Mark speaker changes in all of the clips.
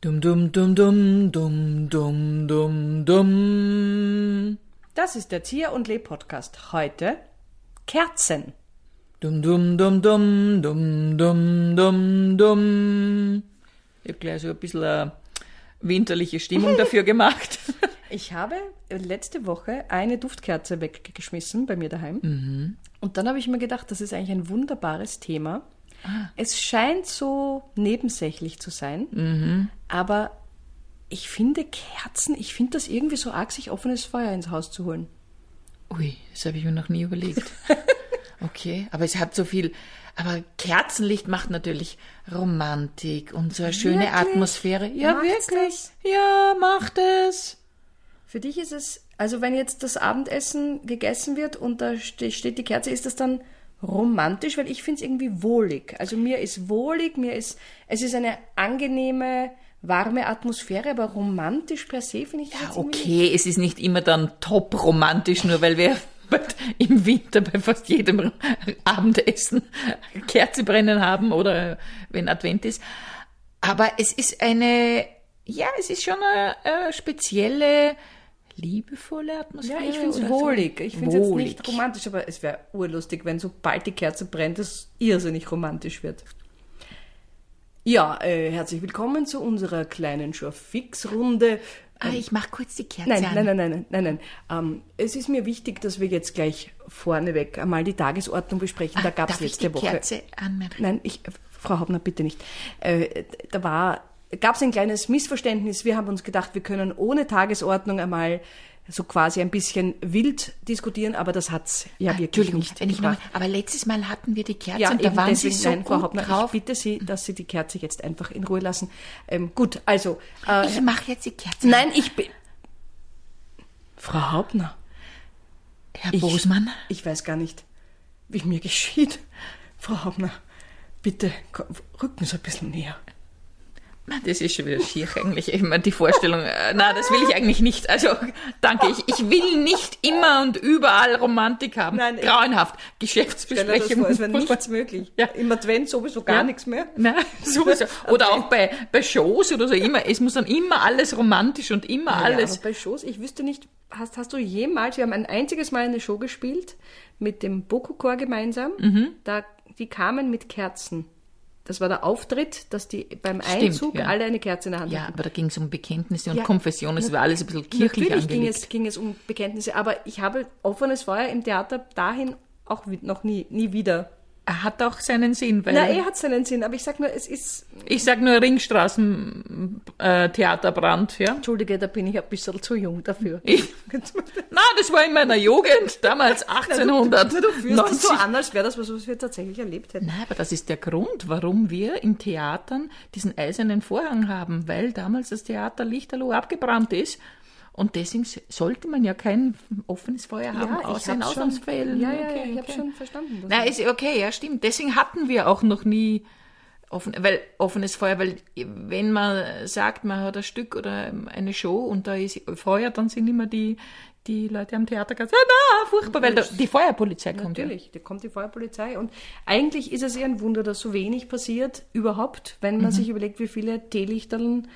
Speaker 1: Dum dum dum dum dum dum dum dum
Speaker 2: Das ist der Tier- und Leb-Podcast. Heute Kerzen.
Speaker 1: dum dum dum dum dum dum dum dum. Ich habe gleich so ein bisschen eine winterliche Stimmung dafür gemacht.
Speaker 2: Ich habe letzte Woche eine Duftkerze weggeschmissen bei mir daheim.
Speaker 1: Mhm.
Speaker 2: Und dann habe ich mir gedacht, das ist eigentlich ein wunderbares Thema.
Speaker 1: Ah.
Speaker 2: Es scheint so nebensächlich zu sein,
Speaker 1: Mhm.
Speaker 2: aber ich finde Kerzen, ich finde das irgendwie so arg, sich offenes Feuer ins Haus zu holen.
Speaker 1: Ui, das habe ich mir noch nie überlegt. Okay, aber es hat so viel. Aber Kerzenlicht macht natürlich Romantik und so eine schöne
Speaker 2: Wirklich?
Speaker 1: Atmosphäre. Ja,
Speaker 2: Macht's
Speaker 1: wirklich.
Speaker 2: das?
Speaker 1: Ja, macht es.
Speaker 2: Für dich ist es, also wenn jetzt das Abendessen gegessen wird und da ste- steht die Kerze, ist das dann romantisch? Weil ich finde es irgendwie wohlig. Also mir ist wohlig, mir ist, es ist eine angenehme, warme Atmosphäre, aber romantisch per se finde ich das jetzt irgendwie
Speaker 1: Ah,
Speaker 2: nicht.
Speaker 1: Okay, es ist nicht immer dann top romantisch, nur weil wir im Winter bei fast jedem Abendessen Kerze brennen haben oder wenn Advent ist. Aber es ist eine, ja, es ist schon eine, äh, spezielle, liebevolle Atmosphäre.
Speaker 2: Ja, ich finde
Speaker 1: oder
Speaker 2: es
Speaker 1: so.
Speaker 2: wohlig. Ich finde es jetzt nicht
Speaker 1: Wohlig.
Speaker 2: romantisch, aber es wäre urlustig, wenn sobald die Kerze brennt, es irrsinnig romantisch wird. Ja, äh, herzlich willkommen zu unserer kleinen Schurfix-Runde.
Speaker 1: Ah, ich mach kurz die Kerze
Speaker 2: Nein,
Speaker 1: an.
Speaker 2: nein, nein, nein, nein, nein. Ähm, es ist mir wichtig, dass wir jetzt gleich vorneweg einmal die Tagesordnung besprechen. da gab es
Speaker 1: Ah, Darf ich
Speaker 2: letzte
Speaker 1: die
Speaker 2: Woche.
Speaker 1: Kerze anmachen?
Speaker 2: Nein, ich, Frau Haubner, bitte nicht. Äh, da war, gab es ein kleines Missverständnis. Wir haben uns gedacht, wir können ohne Tagesordnung einmal so quasi ein bisschen wild diskutieren, aber das hat's ja wirklich
Speaker 1: Ah, Entschuldigung,
Speaker 2: nicht.
Speaker 1: wenn ich
Speaker 2: gebracht.
Speaker 1: noch, aber letztes Mal hatten wir die Kerze
Speaker 2: Ja,
Speaker 1: und da
Speaker 2: eben
Speaker 1: waren sie
Speaker 2: deswegen,
Speaker 1: so
Speaker 2: nein, Frau
Speaker 1: gut
Speaker 2: Haubner,
Speaker 1: drauf.
Speaker 2: ich bitte Sie, dass Sie die Kerze jetzt einfach in Ruhe lassen. Ähm, gut, also. Äh,
Speaker 1: Ich mache jetzt die Kerze
Speaker 2: nein, ich bin. Frau Haubner.
Speaker 1: an. Herr Bosmann.
Speaker 2: Ich weiß gar nicht, wie mir geschieht. Frau Haubner, bitte ko- rücken Sie ein bisschen näher.
Speaker 1: Na, Das ist schon wieder schier eigentlich. Ich meine, die Vorstellung, äh, na, das will ich eigentlich nicht. Also, danke, ich, ich will nicht immer und überall Romantik haben.
Speaker 2: Nein, ich-
Speaker 1: Grauenhaft.
Speaker 2: Stell dir das
Speaker 1: Geschäftsbesprechungen.
Speaker 2: vor, es wäre
Speaker 1: muss man-
Speaker 2: nichts möglich.
Speaker 1: Ja.
Speaker 2: Im Advent sowieso gar
Speaker 1: Ja.
Speaker 2: nichts mehr.
Speaker 1: Nein, sowieso. Oder auch bei, bei Shows oder so immer. Es muss dann immer alles romantisch und immer
Speaker 2: Ja,
Speaker 1: alles.
Speaker 2: aber bei Shows, ich wüsste nicht, hast, hast du jemals, wir haben ein einziges Mal eine Show gespielt mit dem Boku-Chor gemeinsam. Da, die kamen mit Kerzen. Das war der Auftritt, dass die beim Einzug
Speaker 1: ja.
Speaker 2: alle eine Kerze in der Hand
Speaker 1: Ja, aber da ging es um Bekenntnisse und
Speaker 2: Ja.
Speaker 1: Konfessionen. Es war alles ein bisschen kirchlich
Speaker 2: Natürlich ging
Speaker 1: angelegt.
Speaker 2: es, ging es um Bekenntnisse, aber ich habe offenes Feuer im Theater dahin auch wi- noch nie, nie wieder.
Speaker 1: Er hat auch seinen Sinn, weil
Speaker 2: Na, eh hat seinen Sinn, aber ich sag nur, es ist,
Speaker 1: ich sag nur Ringstraßen-Theaterbrand, ja.
Speaker 2: entschuldige, da bin ich ein bisschen zu jung dafür.
Speaker 1: Ich- Na, das war in meiner Jugend, damals 1800.
Speaker 2: Na, du führst das so an, als wäre das was, was wir tatsächlich erlebt hätten.
Speaker 1: Nein, aber das ist der Grund, warum wir in Theatern diesen eisernen Vorhang haben, weil damals das Theater lichterloh abgebrannt ist. Und deswegen s- sollte man ja kein offenes Feuer haben, außer in
Speaker 2: hab's
Speaker 1: Ausnahmsfällen.
Speaker 2: schon, ja, ja,
Speaker 1: okay,
Speaker 2: ich habe
Speaker 1: okay.
Speaker 2: schon verstanden.
Speaker 1: Na, ist okay, ja, stimmt. Deswegen hatten wir auch noch nie offen, weil, offenes Feuer, weil wenn man sagt, man hat ein Stück oder eine Show und da ist Feuer, dann sind immer die, die Leute am Theater ganz, ah, na, furchtbar, weil da, die Feuerpolizei kommt. Ja.
Speaker 2: Natürlich, da kommt die Feuerpolizei und eigentlich ist es eher ein Wunder, dass so wenig passiert überhaupt, wenn man sich überlegt, wie viele Teelichterln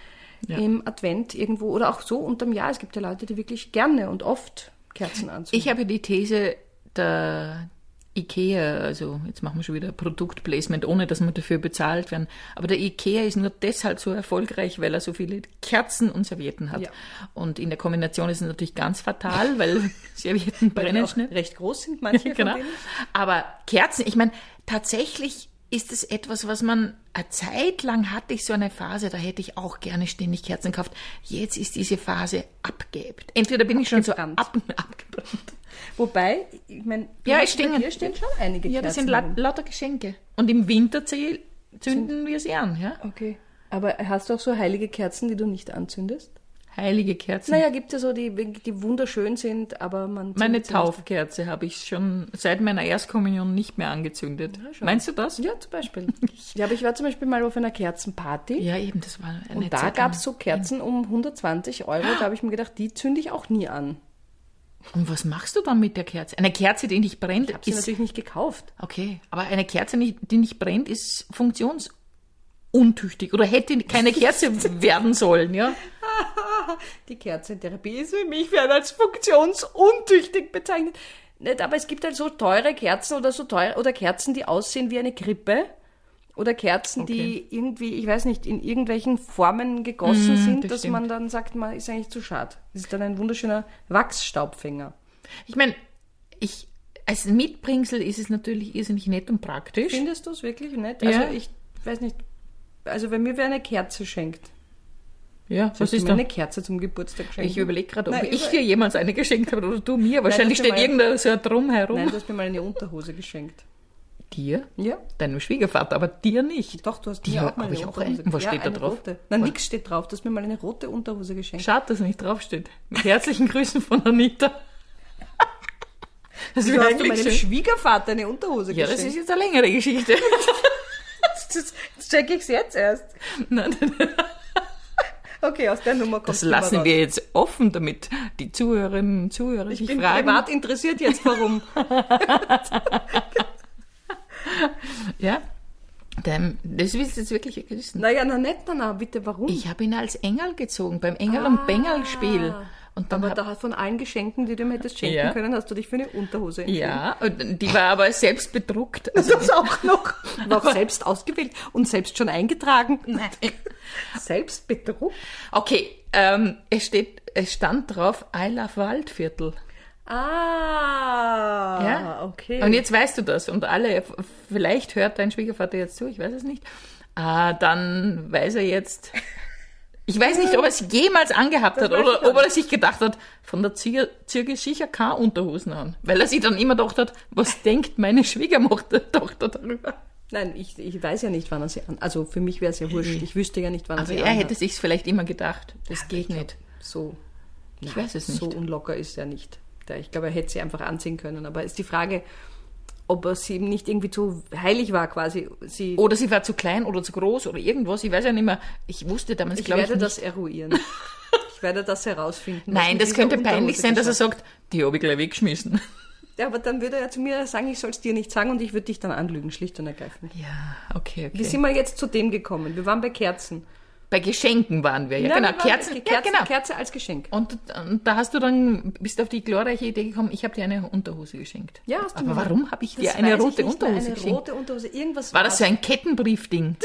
Speaker 2: im Advent irgendwo oder auch so unterm Jahr. Es gibt ja Leute, die wirklich gerne und oft Kerzen anzünden.
Speaker 1: Ich habe die These der IKEA, also jetzt machen wir schon wieder Produktplacement, ohne dass wir dafür bezahlt werden. Aber der IKEA ist nur deshalb so erfolgreich, weil er so viele Kerzen und Servietten hat.
Speaker 2: Ja.
Speaker 1: Und in der Kombination ist es natürlich ganz fatal, weil Servietten
Speaker 2: Weil
Speaker 1: brennen
Speaker 2: auch
Speaker 1: schnell.
Speaker 2: recht groß sind manche
Speaker 1: genau.
Speaker 2: von denen.
Speaker 1: Aber Kerzen, ich meine, tatsächlich ist es etwas, was man eine Zeit lang hatte ich so eine Phase, da hätte ich auch gerne ständig Kerzen gekauft. Jetzt ist diese Phase abgeebbt. Entweder bin ich schon so ab,
Speaker 2: Abgebrannt.
Speaker 1: abgebrannt.
Speaker 2: Wobei, ich meine,
Speaker 1: Ja, es stehen-
Speaker 2: hier stehen schon einige
Speaker 1: Ja,
Speaker 2: Kerzen.
Speaker 1: das sind lau-
Speaker 2: herum.
Speaker 1: lauter Geschenke. Und im Winter zäh- zünden wir sie an, ja?
Speaker 2: Okay. Aber hast du auch so heilige Kerzen, die du nicht anzündest?
Speaker 1: Hm. Heilige Kerzen.
Speaker 2: Naja, gibt ja so die, die wunderschön sind, aber man.
Speaker 1: Meine
Speaker 2: zündet sie nicht.
Speaker 1: Taufkerze habe ich schon seit meiner Erstkommunion nicht mehr angezündet. Meinst du das?
Speaker 2: Ja, zum Beispiel. ja, aber ich war zum Beispiel mal auf einer Kerzenparty.
Speaker 1: Ja, eben, das war eine
Speaker 2: Und da
Speaker 1: Zeit
Speaker 2: gab es so Kerzen um 120 Euro, da habe ich mir gedacht, die zünde ich auch nie an.
Speaker 1: lang. Und was machst du dann mit der Kerze? Eine Kerze, die nicht brennt,
Speaker 2: Habe sie
Speaker 1: ist.
Speaker 2: natürlich nicht gekauft.
Speaker 1: Okay, aber eine Kerze, nicht- die nicht brennt, ist funktionsunfähig. untüchtig oder hätte keine Kerze werden sollen, ja?
Speaker 2: Die Kerzentherapie ist für mich werden als funktionsuntüchtig bezeichnet. Nicht, aber es gibt halt so teure Kerzen oder so teure oder Kerzen, die aussehen wie eine Krippe oder Kerzen,
Speaker 1: Okay.
Speaker 2: die irgendwie, ich weiß nicht, in irgendwelchen Formen gegossen
Speaker 1: Mm,
Speaker 2: sind,
Speaker 1: das
Speaker 2: dass
Speaker 1: stimmt.
Speaker 2: man dann sagt, man ist eigentlich zu schad. Das ist dann ein wunderschöner Wachsstaubfänger.
Speaker 1: Ich meine, ich als Mitbringsel ist es natürlich irrsinnig nett und praktisch.
Speaker 2: Findest du es wirklich nett?
Speaker 1: Ja.
Speaker 2: Also ich weiß nicht, also wenn mir wer eine Kerze schenkt,
Speaker 1: ja, was
Speaker 2: soll ich
Speaker 1: ist
Speaker 2: mir
Speaker 1: da?
Speaker 2: eine Kerze zum Geburtstag schenken?
Speaker 1: Ich überlege gerade, ob
Speaker 2: Nein,
Speaker 1: ich
Speaker 2: über-
Speaker 1: dir jemals eine geschenkt habe oder du mir. Wahrscheinlich
Speaker 2: das
Speaker 1: steht
Speaker 2: ist mein-
Speaker 1: irgendeiner so drum herum.
Speaker 2: Nein, du hast mir mal eine Unterhose geschenkt.
Speaker 1: Dir?
Speaker 2: Ja.
Speaker 1: Deinem Schwiegervater, aber dir nicht.
Speaker 2: Doch, du hast
Speaker 1: Die
Speaker 2: mir
Speaker 1: hab-
Speaker 2: auch mal
Speaker 1: hab
Speaker 2: eine
Speaker 1: ich auch
Speaker 2: Unterhose
Speaker 1: ein- was
Speaker 2: ja,
Speaker 1: steht da
Speaker 2: eine
Speaker 1: drauf?
Speaker 2: Rote. Na, nix steht drauf. Du hast mir mal eine rote Unterhose geschenkt.
Speaker 1: Schade, dass nicht draufsteht. Mit herzlichen Grüßen von Anita. Das
Speaker 2: Du
Speaker 1: wäre
Speaker 2: hast
Speaker 1: eigentlich
Speaker 2: meinem
Speaker 1: schön.
Speaker 2: Schwiegervater eine Unterhose
Speaker 1: Ja, das
Speaker 2: geschenkt.
Speaker 1: ist jetzt eine längere Geschichte.
Speaker 2: das, das check ich's jetzt erst.
Speaker 1: Nein,
Speaker 2: Okay, aus der Nummer kommt
Speaker 1: das lassen wir jetzt offen, damit die Zuhörerinnen und Zuhörer
Speaker 2: Ich
Speaker 1: sich
Speaker 2: bin
Speaker 1: fragen.
Speaker 2: privat interessiert jetzt, warum.
Speaker 1: Ja, Dein- das willst du jetzt wirklich wissen.
Speaker 2: naja, na nett, na, na, bitte, warum?
Speaker 1: Ich habe ihn als Engel gezogen beim Engel- und Bengel-Spiel. Und dann
Speaker 2: Ah. Aber
Speaker 1: hab,
Speaker 2: da hast von allen Geschenken, die du mir hättest schenken
Speaker 1: Ja.
Speaker 2: können, hast du dich für eine Unterhose entschieden.
Speaker 1: ja, und die war aber selbst bedruckt. Also,
Speaker 2: Das auch noch. War auch selbst ausgewählt und selbst schon eingetragen. Nein. Selbst bedruckt.
Speaker 1: okay, ähm, es, steht, es stand drauf I love Waldviertel.
Speaker 2: Ah,
Speaker 1: Ja.
Speaker 2: okay.
Speaker 1: Und jetzt weißt du das und alle, vielleicht hört dein Schwiegervater jetzt zu, ich weiß es nicht. Ah, dann weiß er jetzt. Ich weiß nicht, ob er es jemals angehabt hat
Speaker 2: weiß ich
Speaker 1: oder
Speaker 2: auch
Speaker 1: ob er sich gedacht hat, von der Zier Zirke sicher keine Unterhosen an. Weil er sich dann immer gedacht hat, was denkt meine Schwiegermutter Tochter darüber?
Speaker 2: Nein, ich, ich weiß ja nicht, wann er sie an. Also für mich wäre es ja wurscht. Ich wüsste ja nicht, wann
Speaker 1: Also
Speaker 2: er sie
Speaker 1: er
Speaker 2: anhat.
Speaker 1: hätte sich's vielleicht immer gedacht. Das geht nicht.
Speaker 2: So,
Speaker 1: Ich weiß es nicht.
Speaker 2: so unlocker ist er nicht. Der- Ich glaube, er hätte sie einfach anziehen können. Aber ist die Frage, ob er sie ihm nicht irgendwie zu heilig war, quasi. Sie
Speaker 1: Oder sie war zu klein oder zu groß oder irgendwas. Ich weiß ja nicht mehr. Ich wusste damals,
Speaker 2: ich
Speaker 1: glaube ich,
Speaker 2: werde das eruieren. ich werde das herausfinden. was
Speaker 1: Nein,
Speaker 2: mit
Speaker 1: das
Speaker 2: dieser
Speaker 1: könnte
Speaker 2: Unterhose
Speaker 1: peinlich sein, dass er
Speaker 2: geschah.
Speaker 1: sagt, die habe ich gleich weggeschmissen.
Speaker 2: Ja, aber dann würde er zu mir sagen, ich soll es dir nicht sagen und ich würde dich dann anlügen, schlicht und ergreifend.
Speaker 1: Ja, okay, okay.
Speaker 2: Wie sind wir jetzt zu dem gekommen? Wir waren bei Kerzen.
Speaker 1: Bei Geschenken waren wir, ja.
Speaker 2: Nein,
Speaker 1: genau,
Speaker 2: wir waren-
Speaker 1: Kerzen,
Speaker 2: okay,
Speaker 1: ja,
Speaker 2: Kerzen,
Speaker 1: genau.
Speaker 2: Kerze als Geschenk.
Speaker 1: Und, und da hast du dann, bist auf die glorreiche Idee gekommen, ich habe dir eine Unterhose geschenkt.
Speaker 2: Ja, hast du
Speaker 1: Aber
Speaker 2: mir-
Speaker 1: warum habe ich dir
Speaker 2: Das
Speaker 1: eine
Speaker 2: weiß ich
Speaker 1: rote
Speaker 2: nicht mehr,
Speaker 1: Unterhose
Speaker 2: eine
Speaker 1: geschenkt?
Speaker 2: rote Unterhose, irgendwas
Speaker 1: War das so ein Kettenbriefding?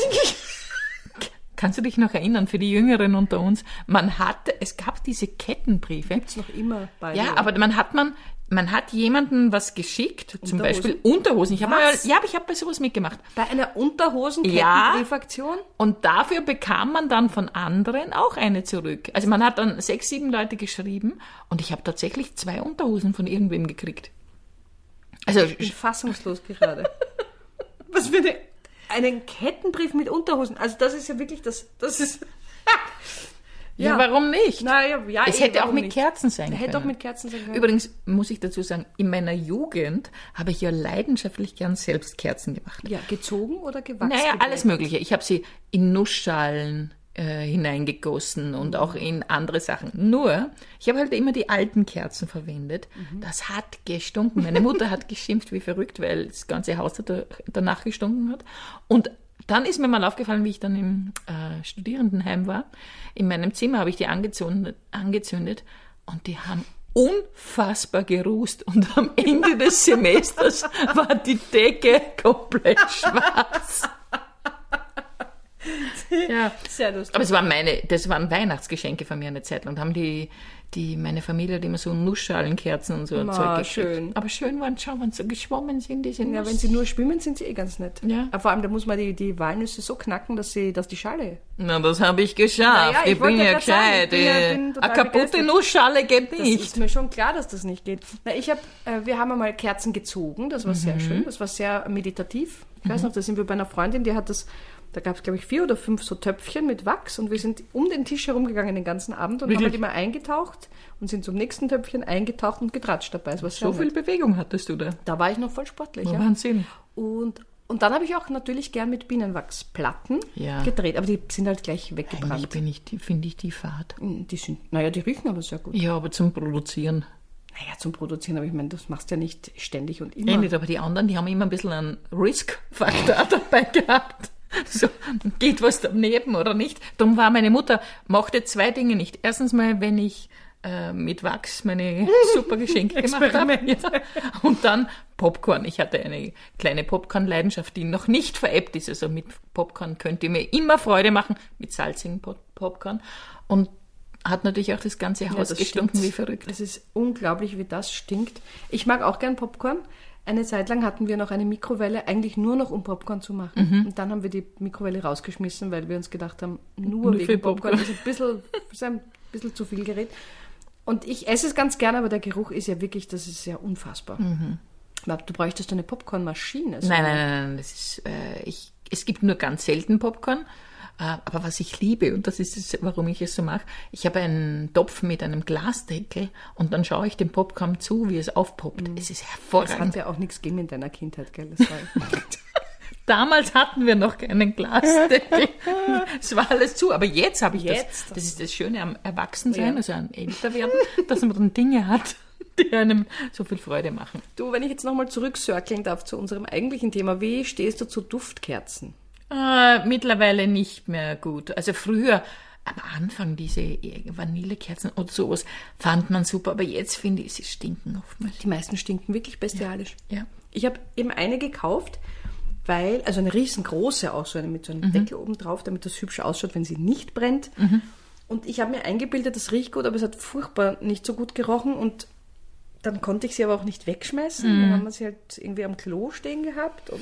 Speaker 1: Kannst du dich noch erinnern, für die Jüngeren unter uns, man hatte, es gab diese Kettenbriefe.
Speaker 2: Gibt's noch immer bei
Speaker 1: Ja,
Speaker 2: mir.
Speaker 1: aber man hat man, man hat jemandem was geschickt, zum
Speaker 2: Unterhosen?
Speaker 1: Beispiel Unterhosen. Ich hab mal,
Speaker 2: Was?
Speaker 1: ja, aber ich habe bei sowas mitgemacht.
Speaker 2: bei einer unterhosen
Speaker 1: Ja.
Speaker 2: aktion
Speaker 1: Und dafür bekam man dann von anderen auch eine zurück. Also man hat dann sechs, sieben Leute geschrieben und ich habe tatsächlich zwei Unterhosen von irgendwem gekriegt. Also
Speaker 2: Ich bin fassungslos gerade. Was für eine, einen Kettenbrief mit Unterhosen. Also das ist ja wirklich das, das ist...
Speaker 1: ja, warum nicht?
Speaker 2: Naja, ja,
Speaker 1: es
Speaker 2: eh,
Speaker 1: hätte auch
Speaker 2: warum
Speaker 1: mit
Speaker 2: nicht?
Speaker 1: Kerzen sein
Speaker 2: Hätte auch
Speaker 1: können.
Speaker 2: mit Kerzen sein können.
Speaker 1: Übrigens muss ich dazu sagen, in meiner Jugend habe ich ja leidenschaftlich gern selbst Kerzen gemacht.
Speaker 2: ja, gezogen oder gewachsen?
Speaker 1: Naja, alles Mögliche. Ich habe sie in Nussschalen äh, hineingegossen und auch in andere Sachen. Nur, ich habe halt immer die alten Kerzen verwendet. Das hat gestunken. Meine Mutter hat geschimpft wie verrückt, weil das ganze Haus da- danach gestunken hat. Und dann ist mir mal aufgefallen, wie ich dann im äh, Studierendenheim war. In meinem Zimmer habe ich die angezündet, angezündet und die haben unfassbar gerußt und am Ende des Semesters war die Decke komplett schwarz. Ja.
Speaker 2: Sehr lustig.
Speaker 1: Aber es waren meine, das waren Weihnachtsgeschenke von mir eine Zeit lang. Da haben die, die, meine Familie hat immer so Nussschalenkerzen und so ein
Speaker 2: Ma,
Speaker 1: Zeug gekriegt.
Speaker 2: schön.
Speaker 1: Aber schön waren, schau, wenn sie geschwommen sind, diese
Speaker 2: Ja,
Speaker 1: Nuss.
Speaker 2: wenn sie nur schwimmen, sind sie eh ganz nett.
Speaker 1: Ja.
Speaker 2: Aber vor allem, da muss man die, die Walnüsse so knacken, dass, sie, dass die Schale...
Speaker 1: Na, das habe ich geschafft.
Speaker 2: Naja, ich
Speaker 1: ich, bin
Speaker 2: wollte
Speaker 1: ja
Speaker 2: grad sagen,
Speaker 1: gescheit.
Speaker 2: ich bin ja-
Speaker 1: äh,
Speaker 2: bin total
Speaker 1: Eine kaputte
Speaker 2: begeistert.
Speaker 1: Nussschale geht
Speaker 2: Das
Speaker 1: nicht.
Speaker 2: ist mir schon klar, dass das nicht geht. Na, ich hab, äh, wir haben einmal Kerzen gezogen, das war
Speaker 1: Mhm.
Speaker 2: sehr schön, das war sehr meditativ. Ich weiß noch, da sind wir bei einer Freundin, die hat das, da gab es glaube ich vier oder fünf so Töpfchen mit Wachs und wir sind um den Tisch herumgegangen den ganzen Abend und haben
Speaker 1: Wirklich?
Speaker 2: halt immer eingetaucht und sind zum nächsten Töpfchen eingetaucht und getratscht dabei. Es war sehr
Speaker 1: So viel
Speaker 2: nett.
Speaker 1: Bewegung hattest du da.
Speaker 2: Da war ich noch voll sportlich. Ja.
Speaker 1: Wahnsinn.
Speaker 2: Und, und dann habe ich auch natürlich gern mit Bienenwachsplatten
Speaker 1: Ja.
Speaker 2: gedreht, aber die sind halt gleich
Speaker 1: Eigentlich
Speaker 2: weggebrannt. Hm,
Speaker 1: bin ich, die- finde ich die Fahrt.
Speaker 2: Die sind, naja, die riechen aber sehr gut.
Speaker 1: Ja, aber zum Produzieren.
Speaker 2: Naja, zum Produzieren, aber ich meine, das machst du ja nicht ständig und
Speaker 1: Ja.
Speaker 2: immer.
Speaker 1: Nicht, aber die anderen, die haben immer ein bisschen einen Risk-Faktor dabei gehabt. So, geht was daneben oder nicht? Darum war meine Mutter, machte zwei Dinge nicht. Erstens mal, wenn ich äh, mit Wachs meine super Geschenke gemacht habe. Ja. Und dann Popcorn. Ich hatte eine kleine Popcorn-Leidenschaft, die noch nicht veräppt ist. Also mit Popcorn könnt ihr mir immer Freude machen, mit salzigen Pop Popcorn. Und hat natürlich auch das ganze Haus
Speaker 2: Oh, das
Speaker 1: gestunken
Speaker 2: stinkt.
Speaker 1: wie verrückt.
Speaker 2: Es ist unglaublich, wie das stinkt. Ich mag auch gern Popcorn. Eine Zeit lang hatten wir noch eine Mikrowelle, eigentlich nur noch um Popcorn zu machen.
Speaker 1: Mhm.
Speaker 2: Und dann haben wir die Mikrowelle rausgeschmissen, weil wir uns gedacht haben, nur,
Speaker 1: Nur für
Speaker 2: wegen Popcorn,
Speaker 1: Popcorn.
Speaker 2: ist, ein bisschen, ist ein bisschen zu viel Gerät. Und ich esse es ganz gern, aber der Geruch ist ja wirklich, das ist ja unfassbar. Na, Du bräuchtest eine Popcornmaschine. so
Speaker 1: Mhm. Nein, nein, nein, nein, das ist, äh, ich, es gibt nur ganz selten Popcorn. Äh, aber was ich liebe, und das ist es, warum ich es so mache, ich habe einen Topf mit einem Glasdeckel und dann schaue ich dem Popcorn zu, wie es aufpoppt.
Speaker 2: Mhm.
Speaker 1: Es ist
Speaker 2: Das
Speaker 1: hervorragend.
Speaker 2: hat ja auch nichts gegeben in deiner Kindheit, gell? Das war
Speaker 1: Damals hatten wir noch keinen Glasdeckel. es war alles zu, aber jetzt habe ich
Speaker 2: Jetzt?
Speaker 1: das. Das ist das Schöne am Erwachsensein,
Speaker 2: Ja.
Speaker 1: also am Älterwerden, dass man dann Dinge hat, die einem so viel Freude machen.
Speaker 2: du, wenn ich jetzt nochmal zurückcirkeln darf zu unserem eigentlichen Thema, wie stehst du zu Duftkerzen?
Speaker 1: Äh, mittlerweile nicht mehr gut. Also früher, am Anfang diese e, Vanillekerzen und sowas fand man super, aber jetzt finde ich, sie stinken oftmals.
Speaker 2: Die meisten stinken wirklich bestialisch.
Speaker 1: Ja.
Speaker 2: Ich habe eben eine gekauft, weil, also eine riesengroße auch, so eine mit so einem Deckel oben drauf, damit das hübsch ausschaut, wenn sie nicht brennt. Und ich habe mir eingebildet, das riecht gut, aber es hat furchtbar nicht so gut gerochen und dann konnte ich sie aber auch nicht wegschmeißen. Dann haben wir sie halt irgendwie am Klo stehen gehabt und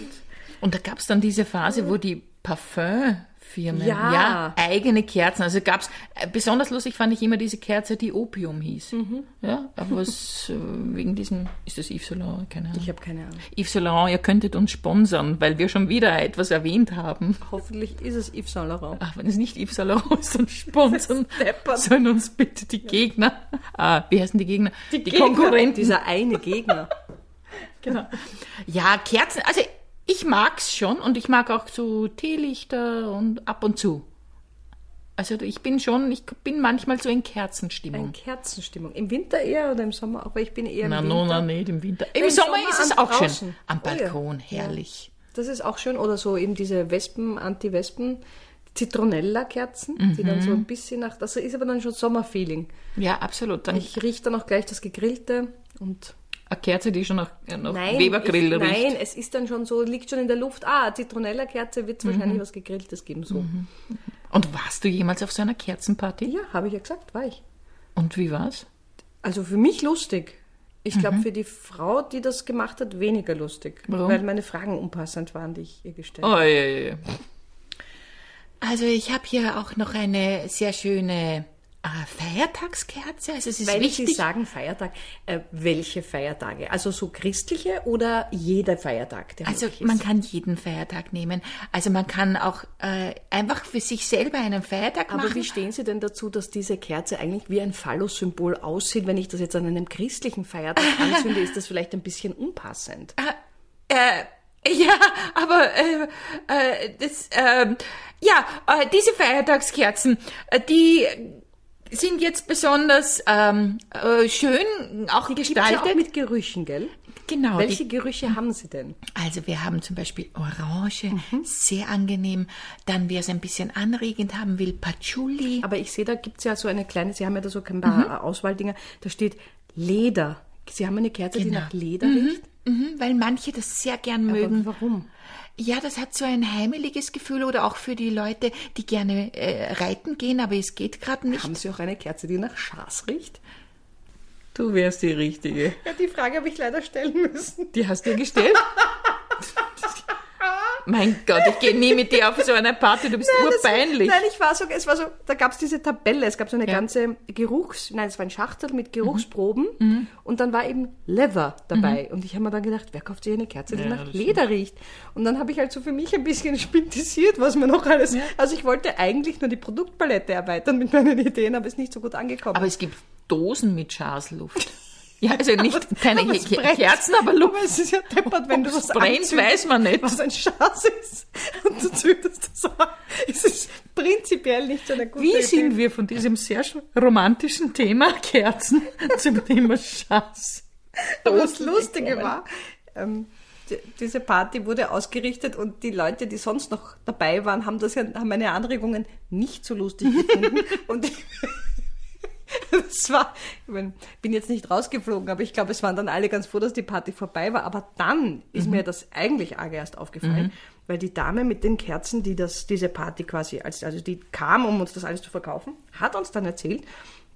Speaker 1: Und da gab es dann diese Phase, wo die Parfümfirmen
Speaker 2: Ja.
Speaker 1: eigene Kerzen, also gab es, besonders lustig fand ich immer diese Kerze, die Opium hieß. Ja, aber was äh, wegen diesem, ist das Yves Saint Laurent? Keine Ahnung.
Speaker 2: ich habe keine Ahnung.
Speaker 1: Yves Saint Laurent, ihr könntet uns sponsern, weil wir schon wieder etwas erwähnt haben.
Speaker 2: Hoffentlich ist es Yves Saint Laurent.
Speaker 1: Ach, wenn es nicht Yves Saint Laurent ist, dann sponsern
Speaker 2: deppert.
Speaker 1: sollen uns bitte die Gegner, ah, wie heißen die Gegner? Die,
Speaker 2: Gegner, Mhm.
Speaker 1: Konkurrenten.
Speaker 2: Dieser eine Gegner.
Speaker 1: Genau. Ja, Kerzen, also ich mag's schon und ich mag auch so Teelichter und ab und zu. Also ich bin schon, ich bin manchmal so in
Speaker 2: Eine
Speaker 1: Kerzenstimmung.
Speaker 2: Kerzenstimmung. Im Winter eher oder im Sommer? Aber ich bin eher im
Speaker 1: Na,
Speaker 2: Winter.
Speaker 1: no, na, nicht im Winter. Im,
Speaker 2: Im
Speaker 1: Sommer,
Speaker 2: Sommer
Speaker 1: ist es
Speaker 2: am
Speaker 1: auch
Speaker 2: draußen.
Speaker 1: schön. Am
Speaker 2: Oh ja.
Speaker 1: Balkon, herrlich.
Speaker 2: Das ist auch schön. Oder so eben diese Wespen, Anti-Wespen, Zitronella-Kerzen, die dann
Speaker 1: Mhm.
Speaker 2: so ein bisschen nach. Das ist aber dann schon Sommerfeeling.
Speaker 1: Ja, absolut. Dann
Speaker 2: Ich rieche dann auch gleich das Gegrillte und.
Speaker 1: eine Kerze, die schon nach, nach Webergrill
Speaker 2: ich,
Speaker 1: riecht.
Speaker 2: nein, es ist dann schon so, liegt schon in der Luft. Ah, Zitronella-Kerze wird
Speaker 1: Mhm.
Speaker 2: wahrscheinlich was Gegrilltes geben. So.
Speaker 1: Und warst du jemals auf so einer Kerzenparty?
Speaker 2: Ja, habe ich ja gesagt, war ich.
Speaker 1: Und wie war's?
Speaker 2: Also für mich lustig. Ich glaube, für die Frau, die das gemacht hat, weniger lustig.
Speaker 1: Mhm. Warum?
Speaker 2: Weil meine Fragen unpassend waren, die ich ihr gestellt habe.
Speaker 1: Oh, ja, ja, ja. Also ich habe hier auch noch eine sehr schöne äh, Feiertagskerze. Also es ist
Speaker 2: Weil Sie
Speaker 1: wichtig.
Speaker 2: sagen Feiertag, äh, welche Feiertage? Also so christliche oder jeder Feiertag? Der
Speaker 1: also
Speaker 2: möglich ist?
Speaker 1: man kann jeden Feiertag nehmen. Also man kann auch äh, einfach für sich selber einen Feiertag
Speaker 2: aber
Speaker 1: machen.
Speaker 2: wie stehen Sie denn dazu, dass diese Kerze eigentlich wie ein Phallus-Symbol aussieht? Wenn ich das jetzt an einem christlichen Feiertag anzünde, ist das vielleicht ein bisschen unpassend.
Speaker 1: Äh, Ja, aber äh, äh, das, ähm, ja, äh, diese Feiertagskerzen, äh, die sind jetzt besonders ähm, äh, schön auch
Speaker 2: Gibt's ja
Speaker 1: gestaltet.
Speaker 2: auch mit Gerüchen, gell?
Speaker 1: genau, die
Speaker 2: Welche Gerüche haben Sie denn?
Speaker 1: Also wir haben zum Beispiel Orange, sehr angenehm. Dann, wer es ein bisschen anregend haben will, Patchouli.
Speaker 2: Aber ich sehe, da gibt's ja so eine kleine, Sie haben ja da so ein paar
Speaker 1: Mhm.
Speaker 2: Auswahldinger, da steht Leder. Sie haben eine Kerze, die
Speaker 1: Genau.
Speaker 2: nach Leder riecht?
Speaker 1: Mhm, weil manche das sehr gern mögen.
Speaker 2: Warum?
Speaker 1: Ja, das hat so ein heimeliges Gefühl oder auch für die Leute, die gerne äh, reiten gehen, aber es geht gerade nicht.
Speaker 2: Haben Sie auch eine Kerze, die nach Schas riecht?
Speaker 1: Du wärst die Richtige.
Speaker 2: Ja, die Frage habe ich leider stellen müssen.
Speaker 1: Die hast du gestellt? mein Gott, ich gehe nie mit dir auf so eine Party, du bist urpeinlich.
Speaker 2: Nein, ich war so, es war so, da gab es diese Tabelle, es gab so eine ganze Geruchs, nein, es war ein Schachtel
Speaker 1: Mhm.
Speaker 2: mit Geruchsproben und dann war eben Leather dabei und ich habe mir dann gedacht, wer kauft sich eine Kerze, die
Speaker 1: Mhm. Ja,
Speaker 2: nach
Speaker 1: das
Speaker 2: Leder riecht? Und dann habe ich halt so für mich ein bisschen spintisiert, was mir noch alles, also ich wollte eigentlich nur die Produktpalette erweitern mit meinen Ideen, aber ist nicht so gut angekommen.
Speaker 1: Aber es gibt Dosen mit Schamsluft. Ja, also nicht keine
Speaker 2: aber es
Speaker 1: Ke-
Speaker 2: brennt.
Speaker 1: Kerzen, aber Luft.
Speaker 2: Aber es ist ja deppert, wenn du
Speaker 1: Ob's
Speaker 2: was
Speaker 1: brennt,
Speaker 2: anzündest,
Speaker 1: weiß man nicht.
Speaker 2: Was ein Schatz ist. Und du zündest das an. Es ist prinzipiell nicht so eine gute
Speaker 1: Wie
Speaker 2: Idee.
Speaker 1: sind wir von diesem sehr sch- romantischen Thema Kerzen zum Thema Schatz?
Speaker 2: Aber das Lustige war, ähm, d- diese Party wurde ausgerichtet und die Leute, die sonst noch dabei waren, haben das ja, haben meine Anregungen nicht so lustig gefunden. und ich- es war, ich mein, bin jetzt nicht rausgeflogen, aber ich glaube, es waren dann alle ganz froh, dass die Party vorbei war. Aber dann ist
Speaker 1: Mhm.
Speaker 2: mir das eigentlich arg erst aufgefallen, weil die Dame mit den Kerzen, die das, diese Party quasi, als, also die kam, um uns das alles zu verkaufen, hat uns dann erzählt,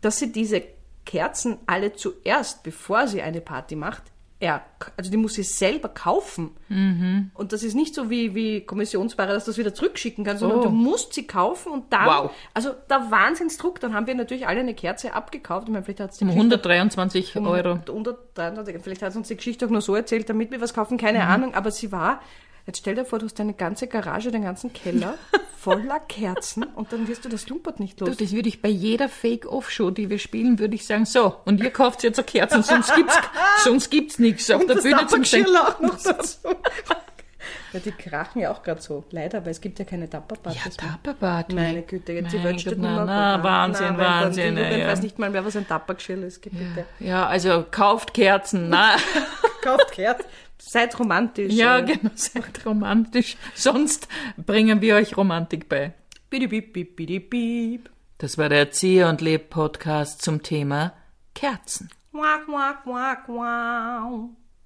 Speaker 2: dass sie diese Kerzen alle zuerst, bevor sie eine Party macht, er, also die muss sie selber kaufen.
Speaker 1: Mhm.
Speaker 2: Und das ist nicht so wie, wie Kommissionsware, dass du das wieder zurückschicken kannst, sondern
Speaker 1: Oh.
Speaker 2: du musst sie kaufen und dann
Speaker 1: Wow.
Speaker 2: also der Wahnsinnsdruck, dann haben wir natürlich alle eine Kerze abgekauft. Ich meine, vielleicht hat es die
Speaker 1: Um
Speaker 2: Geschichte
Speaker 1: 123 Euro.
Speaker 2: und unter 23, vielleicht hat uns die Geschichte auch nur so erzählt, damit wir was kaufen,
Speaker 1: Mhm.
Speaker 2: keine Ahnung, aber sie war, jetzt stell dir vor, du hast deine ganze Garage, den ganzen Keller voller Kerzen und dann wirst du das Klumpert nicht
Speaker 1: Du,
Speaker 2: los.
Speaker 1: das würde ich bei jeder Fake-Off-Show, die wir spielen, würde ich sagen, so, und ihr kauft jetzt eine Kerzen, sonst gibt's, sonst gibt's nichts auf der
Speaker 2: das
Speaker 1: Bühne zum Schenken.
Speaker 2: Tappergeschirr auch noch dazu. ja, die krachen ja auch gerade so, leider, weil es gibt ja keine
Speaker 1: Ja,
Speaker 2: Tapperpartys mehr.
Speaker 1: Tapperparty.
Speaker 2: Meine Güte, jetzt die
Speaker 1: Mein
Speaker 2: Welt
Speaker 1: Gott,
Speaker 2: steht
Speaker 1: na,
Speaker 2: nimmer
Speaker 1: na,
Speaker 2: gut.
Speaker 1: Wahnsinn,
Speaker 2: weil dann
Speaker 1: Wahnsinn,
Speaker 2: Die Jugend
Speaker 1: ja.
Speaker 2: weiß nicht mal mehr, was ein Tappergeschirr ist. Gib bitte.
Speaker 1: Ja, also kauft Kerzen. Na,
Speaker 2: Kauft Kerzen. Seid romantisch.
Speaker 1: ja,
Speaker 2: Äh,
Speaker 1: genau, seid romantisch. Sonst bringen wir euch Romantik bei.
Speaker 2: Bidi bip, bip, bidi bip.
Speaker 1: Das war der Erzieher und Leb-Podcast zum Thema Kerzen.
Speaker 2: Quack, quack, quack, quack.